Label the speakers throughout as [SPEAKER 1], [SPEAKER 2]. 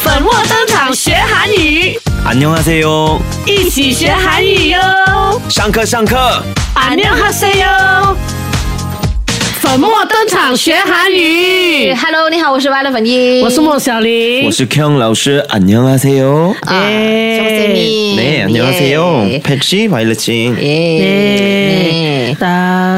[SPEAKER 1] 粉墨登场学韩语，
[SPEAKER 2] 안녕하세요，
[SPEAKER 1] 一起学韩语哟！
[SPEAKER 2] 上课上课。
[SPEAKER 1] 안녕하세哟！粉墨登场学韩语，
[SPEAKER 3] Hello，你好，我是 Y 的粉一，
[SPEAKER 1] 我是莫小玲，哎
[SPEAKER 2] 我是 Kyung 老师，안녕하세요。
[SPEAKER 1] 아,
[SPEAKER 3] 啊，小
[SPEAKER 1] 耶
[SPEAKER 3] Sammy，
[SPEAKER 2] 네안녕하세요，佩
[SPEAKER 3] 예. 哎
[SPEAKER 2] 奇怀乐琴。
[SPEAKER 3] 耶
[SPEAKER 1] 耶，呃，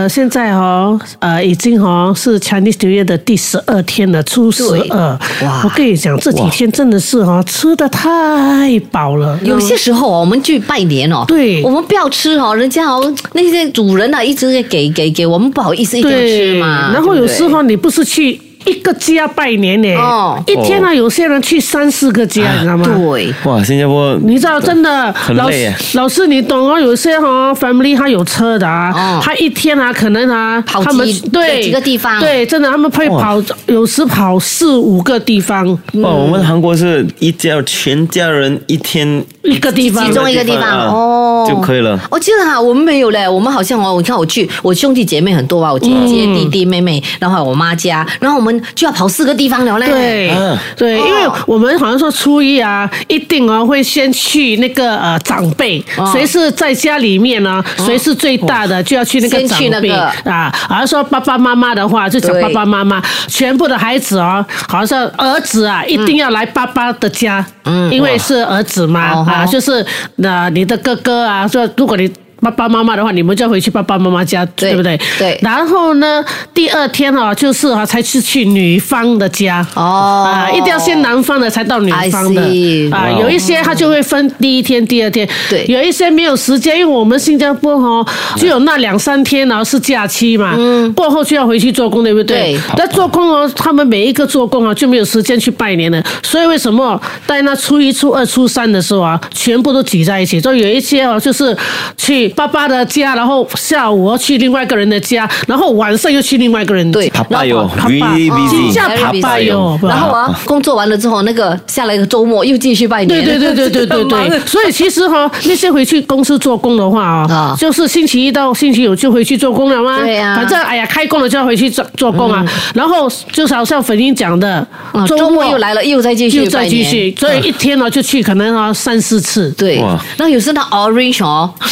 [SPEAKER 1] 哎现在哦，呃，已经哦是 Chinese New Year 的第十二天了，初十二。哇！我跟你讲，这几天真的是哦，吃的太饱了。
[SPEAKER 3] 有些时候哦我们去拜年哦，
[SPEAKER 1] 对
[SPEAKER 3] 我们不要吃哦，人家哦那些主人啊一直在给给给，我们不好意思一定要吃
[SPEAKER 1] 对
[SPEAKER 3] 嘛。
[SPEAKER 1] 然后
[SPEAKER 3] 对
[SPEAKER 1] 有
[SPEAKER 3] 不对
[SPEAKER 1] 时候你不是去一个家拜年呢，
[SPEAKER 3] 哦啊
[SPEAKER 1] 一天呢，有些人去三四个家，你知道吗？
[SPEAKER 3] 对，
[SPEAKER 2] 哇，新加坡
[SPEAKER 1] 你知道，真的，
[SPEAKER 2] 很
[SPEAKER 1] 老
[SPEAKER 2] 累耶
[SPEAKER 1] 老师，你懂哦。有些哦，family 他有车的啊
[SPEAKER 3] 哦，
[SPEAKER 1] 他一天啊，可能啊，
[SPEAKER 3] 跑
[SPEAKER 1] 他们
[SPEAKER 3] 几
[SPEAKER 1] 对
[SPEAKER 3] 几个地方
[SPEAKER 1] 对，真的，他们会
[SPEAKER 2] 哇
[SPEAKER 1] 跑，有时跑四五个地方，
[SPEAKER 2] 哇，我们韩国是一家全家人一天
[SPEAKER 1] 一个地方
[SPEAKER 3] 其。中一个地
[SPEAKER 2] 啊
[SPEAKER 3] 方哦
[SPEAKER 2] 就可以了。
[SPEAKER 3] 我记得哈，我们没有嘞，我们好像哦，你看我去，我兄弟姐妹很多吧，我姐姐、
[SPEAKER 1] 嗯
[SPEAKER 3] 弟弟、妹妹，然后还有我妈家，然后我们就要跑四个地方了嘞。
[SPEAKER 1] 对
[SPEAKER 2] 啊
[SPEAKER 1] 对，
[SPEAKER 3] 哦
[SPEAKER 1] 因为我们好像说初一啊，一定哦会先去那个呃长辈，
[SPEAKER 3] 哦
[SPEAKER 1] 谁是在家里面呢？谁是最大的就要去那个
[SPEAKER 3] 先
[SPEAKER 1] 长
[SPEAKER 3] 去那
[SPEAKER 1] 辈
[SPEAKER 3] 个
[SPEAKER 1] 啊。好像说爸爸妈妈的话就讲
[SPEAKER 3] 对
[SPEAKER 1] 爸爸妈妈，全部的孩子哦，好像儿子啊一定要来爸爸的家，嗯，因为是儿子嘛
[SPEAKER 3] 哦
[SPEAKER 1] 啊，
[SPEAKER 3] 吼
[SPEAKER 1] 就是呃你的哥哥啊，说如果你。爸爸妈妈的话，你们就要回去爸爸妈妈家，
[SPEAKER 3] 对
[SPEAKER 1] 对不对？
[SPEAKER 3] 对
[SPEAKER 1] 然后呢，第二天哦，就是啊，才是去女方的家。
[SPEAKER 3] 哦
[SPEAKER 1] 啊，一定要先男方的才到女方的
[SPEAKER 3] I see 哦
[SPEAKER 1] 啊。
[SPEAKER 2] Wow
[SPEAKER 1] 有一些他就会分第一天、第二天，
[SPEAKER 3] 对
[SPEAKER 1] 有一些没有时间，因为我们新加坡哦，就有那两三天，然后是假期嘛，嗯，过后就要回去做工，对不对？
[SPEAKER 3] 对
[SPEAKER 1] 那做工哦，他们每一个做工啊就没有时间去拜年了，所以为什么在那初一、初二、初三的时候啊，全部都挤在一起，就有一些哦，就是去爸爸的家，然后下午哦去另外一个人的家，然后晚上又去另外一个人的
[SPEAKER 3] 对
[SPEAKER 1] 家
[SPEAKER 2] 爸爸
[SPEAKER 1] 然
[SPEAKER 2] 哟
[SPEAKER 1] 后跑爸爸
[SPEAKER 2] ，really
[SPEAKER 1] 新
[SPEAKER 2] busy，
[SPEAKER 1] 加
[SPEAKER 3] 坡
[SPEAKER 2] 爸爸哟
[SPEAKER 1] 有，吧
[SPEAKER 3] 然后啊，工作完了之后，那个下来一个周末又继续拜年。
[SPEAKER 1] 对对对 对对对对，所以其实哈，那些回去公司做工的话啊
[SPEAKER 3] 啊，
[SPEAKER 1] 就是星期一到星期五就回去做工了嘛。
[SPEAKER 3] 对啊
[SPEAKER 1] 反正哎呀，开工了就要回去做做工啊。然后就是好像粉英讲的
[SPEAKER 3] 啊，周末又来了，又再继续
[SPEAKER 1] 又再
[SPEAKER 3] 拜
[SPEAKER 1] 继
[SPEAKER 3] 年
[SPEAKER 1] 续，所以一天呢就去可能啊三四次。
[SPEAKER 3] 对
[SPEAKER 2] 哇，
[SPEAKER 3] 那有时候那 orange 哦，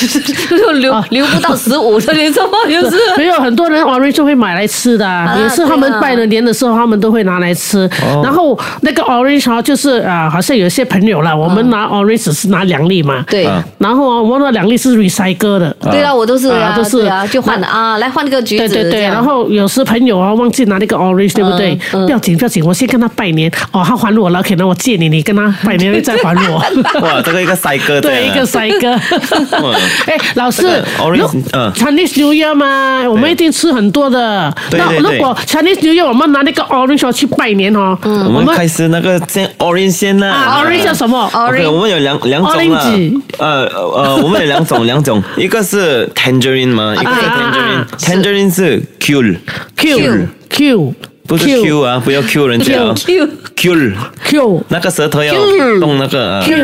[SPEAKER 3] 就留
[SPEAKER 1] 啊
[SPEAKER 3] 留不到十五的，你知道吗？有 时
[SPEAKER 1] 没有很多人 orange 就会买来吃的啊，
[SPEAKER 3] 啊
[SPEAKER 1] 也是他们
[SPEAKER 3] 对啊
[SPEAKER 1] 拜了年的时候，他们都会拿来吃。
[SPEAKER 2] 哦
[SPEAKER 1] 然后那个 orange 啊，就是啊，好像有些朋友啦，我们拿 orange 只是拿两粒嘛，
[SPEAKER 3] 嗯对
[SPEAKER 2] 啊
[SPEAKER 1] 然后啊，我那两粒是 recycle 的，
[SPEAKER 3] 对啊，我都是
[SPEAKER 1] 啊
[SPEAKER 3] 啊，
[SPEAKER 1] 都是
[SPEAKER 3] 对啊，就换了啊，来换个橘
[SPEAKER 1] 对
[SPEAKER 3] 子，
[SPEAKER 1] 对
[SPEAKER 3] 这
[SPEAKER 1] 对，
[SPEAKER 3] 样
[SPEAKER 1] 然后有时朋友啊忘记拿那个 orange，对不对？
[SPEAKER 3] 嗯
[SPEAKER 1] 不要紧不要紧，我先跟他拜年哦，他还我了，可能我借你，你跟他拜年再还 我。
[SPEAKER 2] 哇，这个一个帅哥这
[SPEAKER 1] 对，一
[SPEAKER 2] 样啊嗯
[SPEAKER 1] 个帅哥。 哎，老师
[SPEAKER 2] 这个 orange，嗯
[SPEAKER 1] ，Chinese New Year 嘛，我们一定吃很多的。
[SPEAKER 2] 对对
[SPEAKER 1] 那
[SPEAKER 2] 对
[SPEAKER 1] 如果 Chinese New Year，我们拿那个 orange 去拜年哦，
[SPEAKER 2] 我
[SPEAKER 1] 我
[SPEAKER 2] 们开始那个先 orange 先啦
[SPEAKER 1] 啊，orange 叫什么？
[SPEAKER 2] OK，我们有两两种啦
[SPEAKER 1] Orange，
[SPEAKER 2] 呃呃，我们有两种两种，一个是 tangerine 嘛，一个是
[SPEAKER 1] 啊
[SPEAKER 2] 아,
[SPEAKER 1] 啊
[SPEAKER 2] tangerine，tangerine 是 cure，
[SPEAKER 1] Q Q
[SPEAKER 2] 不是 Q 啊，不要 Q 人家
[SPEAKER 3] Q
[SPEAKER 2] Q，
[SPEAKER 1] Q
[SPEAKER 2] 那个舌头要动那个
[SPEAKER 1] Q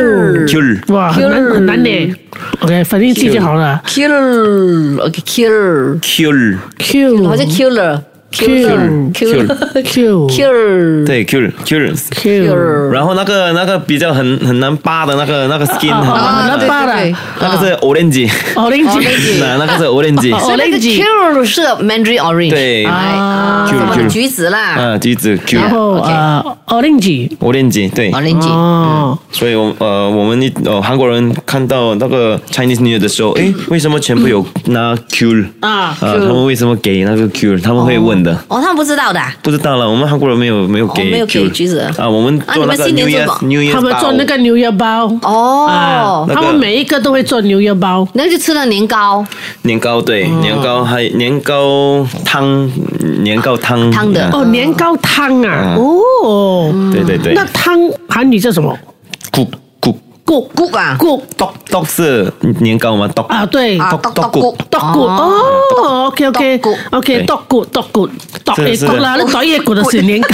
[SPEAKER 2] Q，
[SPEAKER 1] 哇，很难很难呢。OK，反正记就好了。
[SPEAKER 3] killer，OK killer，
[SPEAKER 2] Q，
[SPEAKER 1] Q
[SPEAKER 3] 好像 killer，killer，killer，killer，
[SPEAKER 1] Q
[SPEAKER 2] 对 Q Q，
[SPEAKER 1] Q
[SPEAKER 2] 然后那个那个比较很很难扒的那个那个 skin，很
[SPEAKER 1] 啊
[SPEAKER 3] 아,
[SPEAKER 2] 难
[SPEAKER 1] 那扒
[SPEAKER 2] 扒的
[SPEAKER 1] 了
[SPEAKER 3] 对
[SPEAKER 2] 那个是 orange，
[SPEAKER 1] orange
[SPEAKER 2] 那那个是 orange，
[SPEAKER 3] 所以那个
[SPEAKER 1] Orange 啊
[SPEAKER 3] killer 是 mandarin orange，
[SPEAKER 2] 对
[SPEAKER 3] 아. 哎
[SPEAKER 2] ，Q
[SPEAKER 3] 什么
[SPEAKER 2] Q，
[SPEAKER 3] 橘子啦
[SPEAKER 2] 啊，橘子 Q
[SPEAKER 1] 然后
[SPEAKER 3] OK
[SPEAKER 1] 呃，orange
[SPEAKER 2] orange，对，
[SPEAKER 3] ，orange，
[SPEAKER 1] 哦，
[SPEAKER 2] 所以我呃我们一呃韩国人看到那个 Chinese New Year 的时候，诶，为什么全部有拿 Q？
[SPEAKER 1] 啊
[SPEAKER 2] 呃，他们为什么给那个 Q？他们会问的，
[SPEAKER 3] 哦，他们不知道的啊、
[SPEAKER 2] 不知道了。我们韩国人没有没有给、
[SPEAKER 3] 哦没有给橘子
[SPEAKER 2] 啊，我们
[SPEAKER 3] 啊
[SPEAKER 2] 做那
[SPEAKER 3] 你们
[SPEAKER 2] 个
[SPEAKER 3] 新
[SPEAKER 2] New
[SPEAKER 3] 年
[SPEAKER 2] Year
[SPEAKER 3] 做什么
[SPEAKER 2] New Year
[SPEAKER 1] 他们做那个牛油包
[SPEAKER 3] 哦
[SPEAKER 1] 啊
[SPEAKER 2] 那个
[SPEAKER 1] 他们每一个都会做牛油包。
[SPEAKER 3] 那就吃了年糕
[SPEAKER 2] 年糕，对，年糕还年糕汤，年糕汤
[SPEAKER 3] 汤的
[SPEAKER 2] 啊
[SPEAKER 1] 哦，年糕汤啊，哦，
[SPEAKER 2] 对对对
[SPEAKER 1] 那汤韩语叫什么？
[SPEAKER 2] 咕咕
[SPEAKER 1] 咕
[SPEAKER 3] 咕啊
[SPEAKER 1] 咕
[SPEAKER 2] 떡 떡是年糕吗？떡
[SPEAKER 1] 啊，对，
[SPEAKER 3] 啊，
[SPEAKER 2] 떡
[SPEAKER 3] 떡
[SPEAKER 2] 떡국
[SPEAKER 3] 떡국
[SPEAKER 1] 떡骨哦，OK OK
[SPEAKER 3] 떡骨
[SPEAKER 1] OK，
[SPEAKER 2] 对
[SPEAKER 1] 떡骨떡骨떡
[SPEAKER 2] 是的
[SPEAKER 1] 也
[SPEAKER 2] 是
[SPEAKER 1] 骨
[SPEAKER 2] 的
[SPEAKER 1] 啦，那떡也骨的是年糕，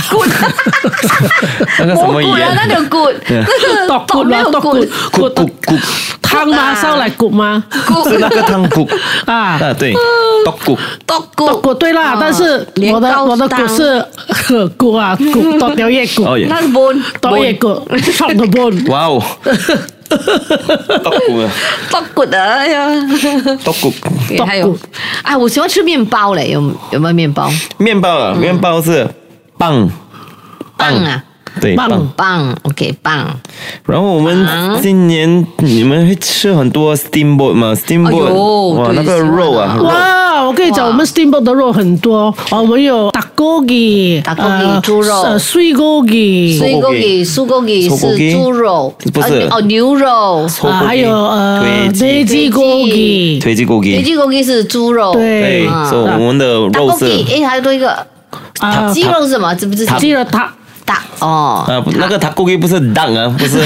[SPEAKER 2] 那个什
[SPEAKER 3] 蘑
[SPEAKER 2] 么
[SPEAKER 3] 菇
[SPEAKER 2] 语
[SPEAKER 3] 啊
[SPEAKER 2] 言，？
[SPEAKER 3] 那种骨，那个
[SPEAKER 1] 떡骨
[SPEAKER 3] 没
[SPEAKER 1] 啦，
[SPEAKER 3] 有
[SPEAKER 1] 떡骨
[SPEAKER 3] 骨
[SPEAKER 1] 骨
[SPEAKER 2] 咕咕
[SPEAKER 1] 떡
[SPEAKER 2] 咕
[SPEAKER 1] 汤吗？
[SPEAKER 3] 啊
[SPEAKER 1] 烧来骨吗？
[SPEAKER 2] 是那个汤咕
[SPEAKER 1] 啊，
[SPEAKER 2] 啊，对，떡국
[SPEAKER 1] 떡
[SPEAKER 3] 떡국
[SPEAKER 1] 骨对啦
[SPEAKER 3] 啊，
[SPEAKER 1] 但是
[SPEAKER 3] 年
[SPEAKER 1] 我的
[SPEAKER 3] 糕
[SPEAKER 1] 我的骨
[SPEAKER 3] 汤
[SPEAKER 1] 是 呵骨啊，骨 떡鸟也骨，
[SPEAKER 2] 哦耶，
[SPEAKER 3] 那是 bone
[SPEAKER 1] 떡也 骨，떡的 bone。
[SPEAKER 2] 哇哦，떡국啊，
[SPEAKER 3] 떡骨的，哎呀，
[SPEAKER 2] 떡국
[SPEAKER 3] 也还有
[SPEAKER 1] 떡국 ，
[SPEAKER 3] 哎，我喜欢吃面包嘞，有有没有面包？
[SPEAKER 2] 面包啊，面包是棒
[SPEAKER 3] 棒啊，
[SPEAKER 2] 对
[SPEAKER 1] 棒
[SPEAKER 2] 棒。
[SPEAKER 3] 棒，OK，棒，
[SPEAKER 2] 然后我们今年你们 뭐, 会吃很多 steamboat 吗
[SPEAKER 3] 哎呦
[SPEAKER 2] ？steamboat 哇，
[SPEAKER 3] 对
[SPEAKER 2] 那个
[SPEAKER 3] 喜欢
[SPEAKER 2] 肉啊
[SPEAKER 3] 啊，
[SPEAKER 1] 哇，我跟你讲，
[SPEAKER 3] 哇
[SPEAKER 1] 我们 steamboat 的肉很多，哦，我们有 d a g o g i
[SPEAKER 3] Tteokbokki，猪肉
[SPEAKER 1] 呃，水 g o g
[SPEAKER 3] 所
[SPEAKER 1] i
[SPEAKER 3] 以
[SPEAKER 2] 소고기
[SPEAKER 3] 고기苏고기是
[SPEAKER 2] 소고기
[SPEAKER 3] 猪肉，
[SPEAKER 2] 不是
[SPEAKER 3] 呃哦牛肉，
[SPEAKER 1] 啊，还有呃，
[SPEAKER 2] 돼지
[SPEAKER 1] 돼지
[SPEAKER 3] 아, 돼지
[SPEAKER 1] 고기，
[SPEAKER 3] 돼지
[SPEAKER 2] 돼지고기， 네,
[SPEAKER 3] 고기是猪肉，
[SPEAKER 1] 对
[SPEAKER 2] 对，
[SPEAKER 1] 啊
[SPEAKER 2] 所以我们的
[SPEAKER 3] 닭
[SPEAKER 2] 肉
[SPEAKER 3] 고
[SPEAKER 2] 是
[SPEAKER 3] 기，哎，还有多一个
[SPEAKER 1] 啊
[SPEAKER 3] 鸡肉是什么？知不知？
[SPEAKER 1] 鸡肉塔
[SPEAKER 3] 大哦，
[SPEAKER 2] 啊，不那个 takogi 不是 duck 啊，不是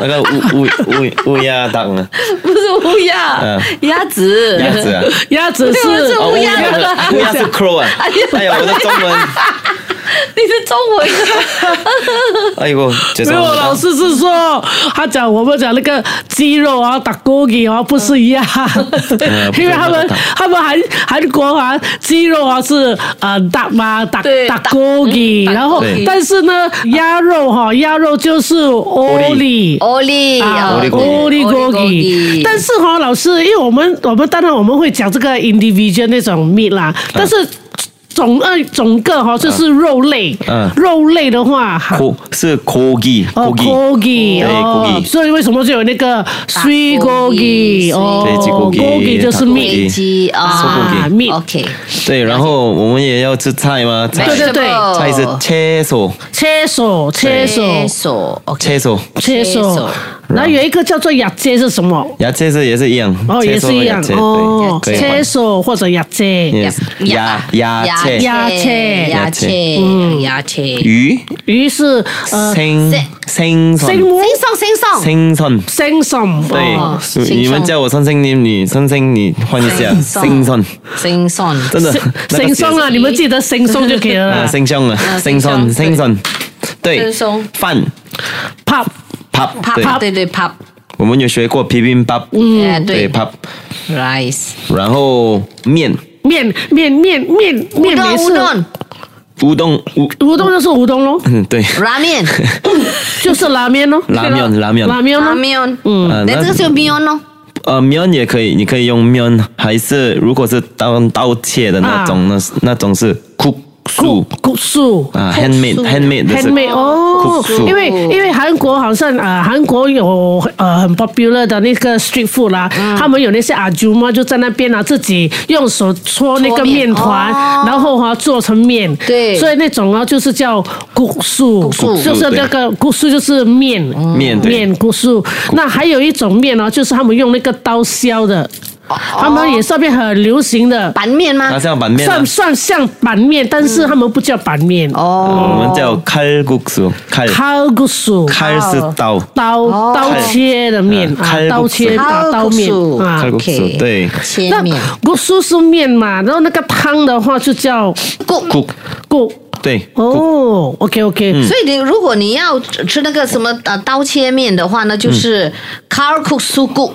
[SPEAKER 2] 那个乌乌乌乌鸦 duck 啊，
[SPEAKER 3] 不是乌鸦
[SPEAKER 2] 嗯，
[SPEAKER 3] 鸭子，
[SPEAKER 2] 鸭 子啊，
[SPEAKER 1] 鸭子
[SPEAKER 3] 对我
[SPEAKER 1] 是
[SPEAKER 3] 是
[SPEAKER 2] 哦
[SPEAKER 3] 乌鸦
[SPEAKER 2] 不是
[SPEAKER 3] 啊
[SPEAKER 2] 乌鸦是 crow 啊，
[SPEAKER 3] 哎呀
[SPEAKER 2] 哎呀，我的中文，
[SPEAKER 3] 你是中文
[SPEAKER 2] 哎呦，介
[SPEAKER 1] 没
[SPEAKER 2] 绍
[SPEAKER 1] 有，老师是说他讲我们讲那个鸡肉啊，打锅给啊，不是一样，
[SPEAKER 2] 嗯
[SPEAKER 1] 因为他们
[SPEAKER 2] 不是那个
[SPEAKER 1] 他们韩韩国啊，鸡肉啊是呃打嘛打
[SPEAKER 3] 对
[SPEAKER 1] 打
[SPEAKER 3] 打
[SPEAKER 1] 锅给，
[SPEAKER 3] 嗯
[SPEAKER 1] 然后
[SPEAKER 2] 对
[SPEAKER 1] 但是呢鸭肉哈，鸭肉就是
[SPEAKER 2] 哦
[SPEAKER 1] 欧里。
[SPEAKER 3] 欧力
[SPEAKER 1] 啊，
[SPEAKER 2] Oli Gogi
[SPEAKER 1] 欧力锅
[SPEAKER 3] Oli Gogi
[SPEAKER 1] 给，但是哈、老师，因为我们我们当然我们会讲这个 individual 那种 meat 啦，
[SPEAKER 2] 嗯
[SPEAKER 1] 但是总呃总个哈、就是肉类，
[SPEAKER 2] 嗯
[SPEAKER 1] 肉类的话，
[SPEAKER 2] ，co 是 kogi
[SPEAKER 1] 哦
[SPEAKER 2] kogi
[SPEAKER 1] ，gogi
[SPEAKER 2] 对
[SPEAKER 1] 哦，
[SPEAKER 2] kogi，
[SPEAKER 1] 所以为什么就有那个
[SPEAKER 2] 啊
[SPEAKER 1] sweet gogi
[SPEAKER 3] gogi，
[SPEAKER 1] 哦
[SPEAKER 2] 对，sweet gogi，
[SPEAKER 1] ，gogi 就是
[SPEAKER 2] takogi
[SPEAKER 1] 面
[SPEAKER 2] 对
[SPEAKER 3] 鸡啊
[SPEAKER 1] 啊面
[SPEAKER 2] 哦
[SPEAKER 3] ，OK，
[SPEAKER 2] 对，然后我们也要吃菜吗？菜
[SPEAKER 1] 对对对
[SPEAKER 2] 菜是채소
[SPEAKER 1] 切手切手
[SPEAKER 3] 手，OK，
[SPEAKER 2] 채소
[SPEAKER 1] 切
[SPEAKER 3] 切
[SPEAKER 1] 手
[SPEAKER 2] 嗯
[SPEAKER 3] 手，
[SPEAKER 1] 然后有一个叫做雅街是什么？
[SPEAKER 2] 牙切是也是一样，
[SPEAKER 1] 哦，也是一样哦，切
[SPEAKER 2] 切
[SPEAKER 1] 手或者雅街，
[SPEAKER 2] yes 牙牙切
[SPEAKER 1] 鸭切
[SPEAKER 3] 鸭
[SPEAKER 2] 鸭切
[SPEAKER 3] 切，鸭切，
[SPEAKER 2] 鱼
[SPEAKER 1] 于是呃，
[SPEAKER 2] 생생선 어,
[SPEAKER 1] 生母
[SPEAKER 3] 新送新送，
[SPEAKER 2] 생선
[SPEAKER 1] 生什么？
[SPEAKER 2] 对
[SPEAKER 1] 哦
[SPEAKER 3] 哦，
[SPEAKER 2] 你们叫我선생님，你선생你换一下생선
[SPEAKER 3] 新送，
[SPEAKER 2] 真的
[SPEAKER 1] 生
[SPEAKER 2] 那个
[SPEAKER 1] 生松啊，
[SPEAKER 2] 写
[SPEAKER 1] 你们记得生松就可以了
[SPEAKER 2] 啊，
[SPEAKER 1] 啦。
[SPEAKER 2] 아, 생선 네. 啊，
[SPEAKER 3] 啊
[SPEAKER 2] 생선
[SPEAKER 3] 생선
[SPEAKER 2] 생선对
[SPEAKER 3] 생선 ，
[SPEAKER 2] 饭
[SPEAKER 1] pop
[SPEAKER 2] 밥，对， 네. 음.
[SPEAKER 3] 啪，对对啪
[SPEAKER 2] 我们有学过 bibimbap，
[SPEAKER 1] 嗯
[SPEAKER 3] 哎
[SPEAKER 2] 对
[SPEAKER 3] 对
[SPEAKER 2] 네, 밥，
[SPEAKER 3] ，rice，
[SPEAKER 2] 然后面
[SPEAKER 1] 面面面面面没
[SPEAKER 3] 乌
[SPEAKER 1] 事，
[SPEAKER 3] 冬
[SPEAKER 2] 乌冬乌，
[SPEAKER 1] 乌冬就是乌冬喽，
[SPEAKER 2] 嗯对，
[SPEAKER 3] 拉面，
[SPEAKER 1] 就是拉面喽，
[SPEAKER 2] 拉面拉面
[SPEAKER 1] 拉面
[SPEAKER 3] 拉
[SPEAKER 1] 咯。
[SPEAKER 3] 面，
[SPEAKER 2] 啊
[SPEAKER 3] 嗯，那
[SPEAKER 2] 那
[SPEAKER 3] 这个是哦用 beyond 咯，
[SPEAKER 2] 呃，面也可以，你可以用面，还是如果是刀刀切的那种，那那种是 cook
[SPEAKER 1] 酷
[SPEAKER 2] soup
[SPEAKER 1] 酷素
[SPEAKER 2] 啊，handmade handmade 的
[SPEAKER 1] h a
[SPEAKER 2] 是
[SPEAKER 1] n 哦
[SPEAKER 2] cook，soup
[SPEAKER 1] 因为因为韩国好像啊、呃韩国有呃很 popular 的那个 street food 啦、
[SPEAKER 3] 啊
[SPEAKER 1] 他们有那些阿舅妈就在那边啊，自己用手搓那个
[SPEAKER 3] 搓面
[SPEAKER 1] 面团，
[SPEAKER 3] 哦
[SPEAKER 1] 然后啊做成面，
[SPEAKER 3] 对
[SPEAKER 1] 所以那种啊就是叫骨素，
[SPEAKER 3] 素哦
[SPEAKER 1] 就是那个骨素就是面
[SPEAKER 2] 面对
[SPEAKER 1] 面骨素，那还有一种面呢、啊就是他们用那个刀削的，
[SPEAKER 3] 哦
[SPEAKER 1] 他们也上面很流行的。
[SPEAKER 3] 板面吗
[SPEAKER 2] 那？像板面啊
[SPEAKER 1] 算，算像板面，但是他们不叫板面，
[SPEAKER 2] 我们叫 칼국수，칼
[SPEAKER 1] 칼국수哦
[SPEAKER 2] 칼是刀，
[SPEAKER 1] 刀刀切的面啊
[SPEAKER 2] 칼，
[SPEAKER 1] 刀切打刀面啊
[SPEAKER 2] 칼。국수
[SPEAKER 3] OK，
[SPEAKER 2] 对
[SPEAKER 3] 切
[SPEAKER 1] 那
[SPEAKER 3] 面，
[SPEAKER 1] 국수是面嘛，然后那个汤的话就叫
[SPEAKER 3] 过。
[SPEAKER 2] cook
[SPEAKER 1] 锅。
[SPEAKER 2] 对
[SPEAKER 1] 哦，OK OK，
[SPEAKER 2] 嗯
[SPEAKER 3] 所以你如果你要吃那个什么呃刀切面的话呢，就是
[SPEAKER 2] 嗯
[SPEAKER 3] c a r k u s u g u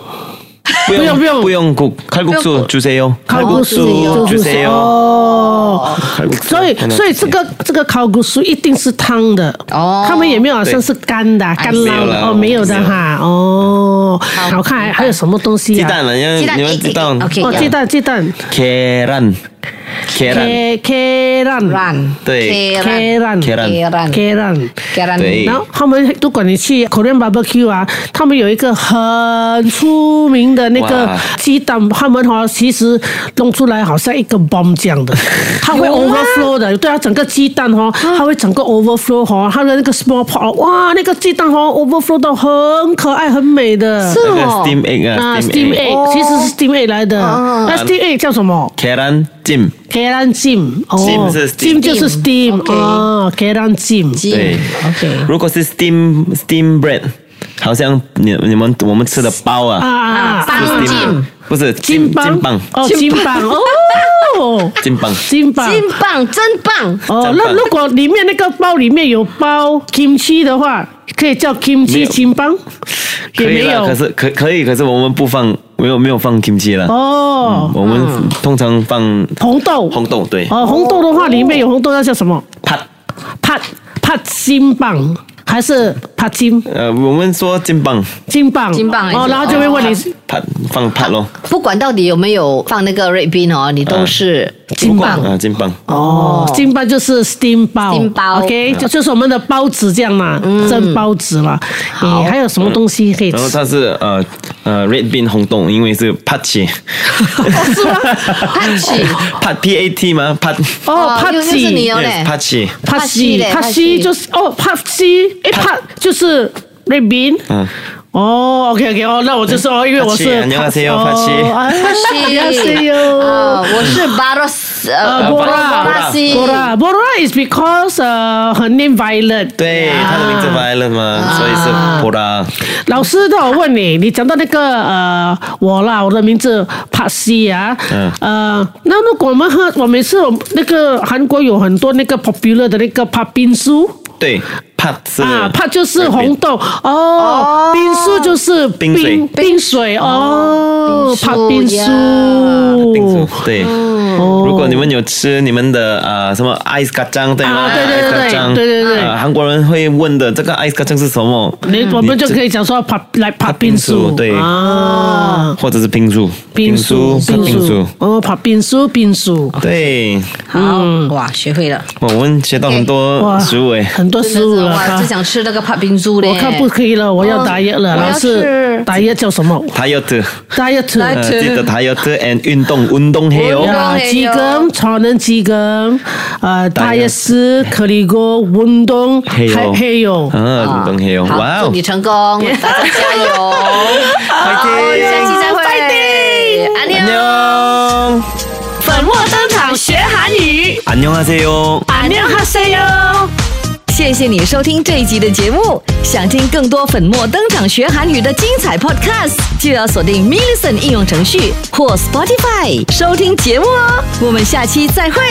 [SPEAKER 2] 不用
[SPEAKER 1] 不用
[SPEAKER 2] 不用 cook 칼국수
[SPEAKER 3] 不用
[SPEAKER 2] 주세요，
[SPEAKER 1] 칼국수
[SPEAKER 2] 칼국수
[SPEAKER 1] 주세요 어，
[SPEAKER 2] 주세요，
[SPEAKER 1] 哦。
[SPEAKER 2] 칼국수
[SPEAKER 1] 所以，所以这个这个烤骨酥一定是汤的
[SPEAKER 3] 哦
[SPEAKER 1] 他们也没有好像是干的啊，干
[SPEAKER 2] 哎没有
[SPEAKER 1] 捞的
[SPEAKER 2] 啦
[SPEAKER 1] 哦，没有的哈，哦，好看，还还有什么东西
[SPEAKER 2] 鸡
[SPEAKER 1] 啊？
[SPEAKER 2] 蛋了，因为
[SPEAKER 3] 鸡蛋
[SPEAKER 2] 你们
[SPEAKER 1] 어，
[SPEAKER 3] egg，egg，
[SPEAKER 2] 知道
[SPEAKER 3] OK
[SPEAKER 1] 哦哦，鸡蛋，鸡蛋，
[SPEAKER 2] 계란 Keran
[SPEAKER 1] K K 让
[SPEAKER 3] run，
[SPEAKER 2] 对
[SPEAKER 1] K 让
[SPEAKER 2] Keran
[SPEAKER 1] K 让。
[SPEAKER 3] Keran，
[SPEAKER 2] 对
[SPEAKER 1] 然后他们如果你去 Korean barbecue 啊，他们有一个很出名的那个
[SPEAKER 2] 哇
[SPEAKER 1] 鸡蛋，他们哈、其实弄出来好像一个 bomb 这样的，它会 overflow 的，对啊，整个鸡蛋哈、它会整个 overflow 哈、它的那个 small pot 哦哇，那个鸡蛋哈、overflow 到很可爱很美的，
[SPEAKER 3] 是
[SPEAKER 2] 那个
[SPEAKER 3] 哦
[SPEAKER 2] steam egg
[SPEAKER 1] 啊
[SPEAKER 2] 啊
[SPEAKER 1] 아， ，steam
[SPEAKER 2] egg
[SPEAKER 1] egg 其实是 steam egg 来的，那 steam egg 叫什么
[SPEAKER 2] Keran Jim
[SPEAKER 1] ？Keran Jim，哦
[SPEAKER 2] Jim 是 steam
[SPEAKER 1] Jim 就是 steam，
[SPEAKER 3] OK
[SPEAKER 1] 哦，Keran Jim，
[SPEAKER 2] 对
[SPEAKER 3] OK
[SPEAKER 2] 如果是 steam steam bread，好像你你们我们吃的包
[SPEAKER 1] 啊
[SPEAKER 2] 啊，
[SPEAKER 1] 啊
[SPEAKER 3] 啊，
[SPEAKER 1] 啊
[SPEAKER 2] 是 steam
[SPEAKER 3] 三进
[SPEAKER 2] bread，不是
[SPEAKER 1] 金
[SPEAKER 2] 金
[SPEAKER 1] 棒，
[SPEAKER 2] 金棒，
[SPEAKER 1] 哦，金棒哦，
[SPEAKER 2] 金棒
[SPEAKER 1] 金棒。
[SPEAKER 3] 金棒，真棒！
[SPEAKER 1] 哦，
[SPEAKER 2] 真
[SPEAKER 1] 那
[SPEAKER 2] 棒
[SPEAKER 1] 如果里面那个包里面有包 kimchi 的话，可以叫 kimchi 金棒，
[SPEAKER 2] 可
[SPEAKER 1] 也
[SPEAKER 2] 以
[SPEAKER 1] 没
[SPEAKER 2] 了，
[SPEAKER 1] 有
[SPEAKER 2] 可是可可以，可是我们不放，没有没有放 kimchi 了，
[SPEAKER 1] 哦，
[SPEAKER 2] 我们通常放
[SPEAKER 1] 红豆，
[SPEAKER 2] 嗯红豆，对，
[SPEAKER 1] 哦，红豆的话里面有红豆，那叫什么？
[SPEAKER 2] pat，
[SPEAKER 1] 帕帕金棒还是帕金
[SPEAKER 2] 呃，我们说金棒
[SPEAKER 1] 金棒？
[SPEAKER 3] 金棒
[SPEAKER 1] 哦，
[SPEAKER 3] 也是
[SPEAKER 1] 然后就会问你
[SPEAKER 2] pat 放 pat 咯，
[SPEAKER 3] 不管到底有没有放那个 red bean 哦，你都是
[SPEAKER 1] 金棒
[SPEAKER 2] 啊，金棒，
[SPEAKER 1] 哦，金包就是 steam 包
[SPEAKER 3] steam 包嗯
[SPEAKER 1] ，OK，就就是我们的包子这样嘛，蒸包子嘛。
[SPEAKER 3] 好
[SPEAKER 1] 诶还有什么东西可以
[SPEAKER 2] 然后
[SPEAKER 1] 吃？
[SPEAKER 2] 它是呃呃 red bean 红豆，因为是 pat 起
[SPEAKER 1] 是吗？
[SPEAKER 3] 帕奇
[SPEAKER 2] pat p a t 吗？pat
[SPEAKER 1] 哦，帕
[SPEAKER 3] 又又是你
[SPEAKER 1] 西，
[SPEAKER 3] 哦嘞
[SPEAKER 2] yes，pat 起，
[SPEAKER 1] 帕
[SPEAKER 3] 帕西
[SPEAKER 1] 西，
[SPEAKER 3] 嘞
[SPEAKER 1] 帕
[SPEAKER 3] 帕
[SPEAKER 1] 西
[SPEAKER 3] 西
[SPEAKER 1] 就是哦，帕西，诶，帕就是瑞宾。
[SPEAKER 2] 嗯，
[SPEAKER 1] 哦，OK OK，哦，那我就是哦，因为我是
[SPEAKER 2] 帕西안녕하세요
[SPEAKER 1] 哦
[SPEAKER 2] 帕西
[SPEAKER 1] 哎
[SPEAKER 3] 帕西，
[SPEAKER 1] 안녕하세요
[SPEAKER 3] 啊，我是
[SPEAKER 1] 嗯
[SPEAKER 3] baros，
[SPEAKER 1] 呃，波拉，
[SPEAKER 2] 波
[SPEAKER 3] 拉西
[SPEAKER 1] 波拉，波拉 is because 呃，her name Violet。啊
[SPEAKER 2] 对，
[SPEAKER 1] 아.
[SPEAKER 2] 它的名字 violet 嘛，所以是 pora，
[SPEAKER 1] 老师，那我问你，你讲到那个呃，我啦，我的名字帕西啊，
[SPEAKER 2] 嗯
[SPEAKER 1] 呃，那如果我们喝，我每次我那个韩国有很多那个 popular 的那个帕冰酥
[SPEAKER 2] 对，pat 是
[SPEAKER 1] 啊，帕就是红
[SPEAKER 2] red bean，
[SPEAKER 1] 豆哦，冰酥就是
[SPEAKER 2] 冰
[SPEAKER 1] 冰
[SPEAKER 2] 水
[SPEAKER 1] 冰水哦，
[SPEAKER 3] 冰
[SPEAKER 1] 帕
[SPEAKER 3] 酥
[SPEAKER 1] 冰
[SPEAKER 3] 呀
[SPEAKER 2] 冰
[SPEAKER 1] 酥
[SPEAKER 2] 酥，，对。
[SPEAKER 1] 네. 哦
[SPEAKER 2] 如果你们有吃你们的啊、
[SPEAKER 1] 아,
[SPEAKER 2] 呃、什么 ice 嘎酱对吗？
[SPEAKER 1] 啊对对对
[SPEAKER 2] ice
[SPEAKER 1] 对
[SPEAKER 2] kacang，
[SPEAKER 1] 对对对
[SPEAKER 2] 呃韩国人会问的这个 ice 嘎酱是什么？
[SPEAKER 1] 你我们就
[SPEAKER 2] 这
[SPEAKER 1] 可以讲说帕来帕冰
[SPEAKER 2] 冰酥
[SPEAKER 1] 酥，
[SPEAKER 2] 对
[SPEAKER 1] 啊。
[SPEAKER 3] 嗯
[SPEAKER 2] 或者是冰酥，
[SPEAKER 1] 冰酥，
[SPEAKER 2] 冰
[SPEAKER 1] 冰
[SPEAKER 2] 冰
[SPEAKER 1] 酥
[SPEAKER 2] 酥，，哦
[SPEAKER 1] 哦，帕冰酥，冰酥， 네.
[SPEAKER 2] 对，
[SPEAKER 3] 好，
[SPEAKER 1] 嗯
[SPEAKER 3] 哇，学会了。
[SPEAKER 1] 뭐,
[SPEAKER 2] 哇我们学到很多食物诶。
[SPEAKER 1] 很多
[SPEAKER 3] 真的
[SPEAKER 1] 食
[SPEAKER 3] 是
[SPEAKER 1] 物了
[SPEAKER 3] 哇，
[SPEAKER 1] 哈
[SPEAKER 3] 就。想吃那个帕冰珠嘞。
[SPEAKER 1] 我看不可以了，我要打野了。
[SPEAKER 3] 哦我要
[SPEAKER 1] 老师
[SPEAKER 3] 吃，
[SPEAKER 1] 打野叫什么？
[SPEAKER 2] 他要吃，
[SPEAKER 1] 打野吃。
[SPEAKER 2] 呃
[SPEAKER 3] Diet
[SPEAKER 2] 记得他要吃 and 运动运动还有
[SPEAKER 3] 运动
[SPEAKER 1] 야, 지금 저는 지금 어, 다이어트 그리고 운동
[SPEAKER 2] 해요.
[SPEAKER 1] 하- 해요.
[SPEAKER 3] 아,
[SPEAKER 2] 啊，运动还有，
[SPEAKER 3] 好
[SPEAKER 2] 哇
[SPEAKER 3] 祝
[SPEAKER 2] 哦
[SPEAKER 3] 你，成功，大家加油！ 好，下期再会，安妞，
[SPEAKER 2] 안녕，
[SPEAKER 4] 粉墨登场学韩语，
[SPEAKER 2] 안녕하세요。
[SPEAKER 4] 안녕하세요。
[SPEAKER 3] 谢谢你收听这一集的节目。想听更多粉墨登场学韩语的精彩 podcast，就要锁定 m i l l i c e n 应用程序或 Spotify 收听节目哦。我们下期再会。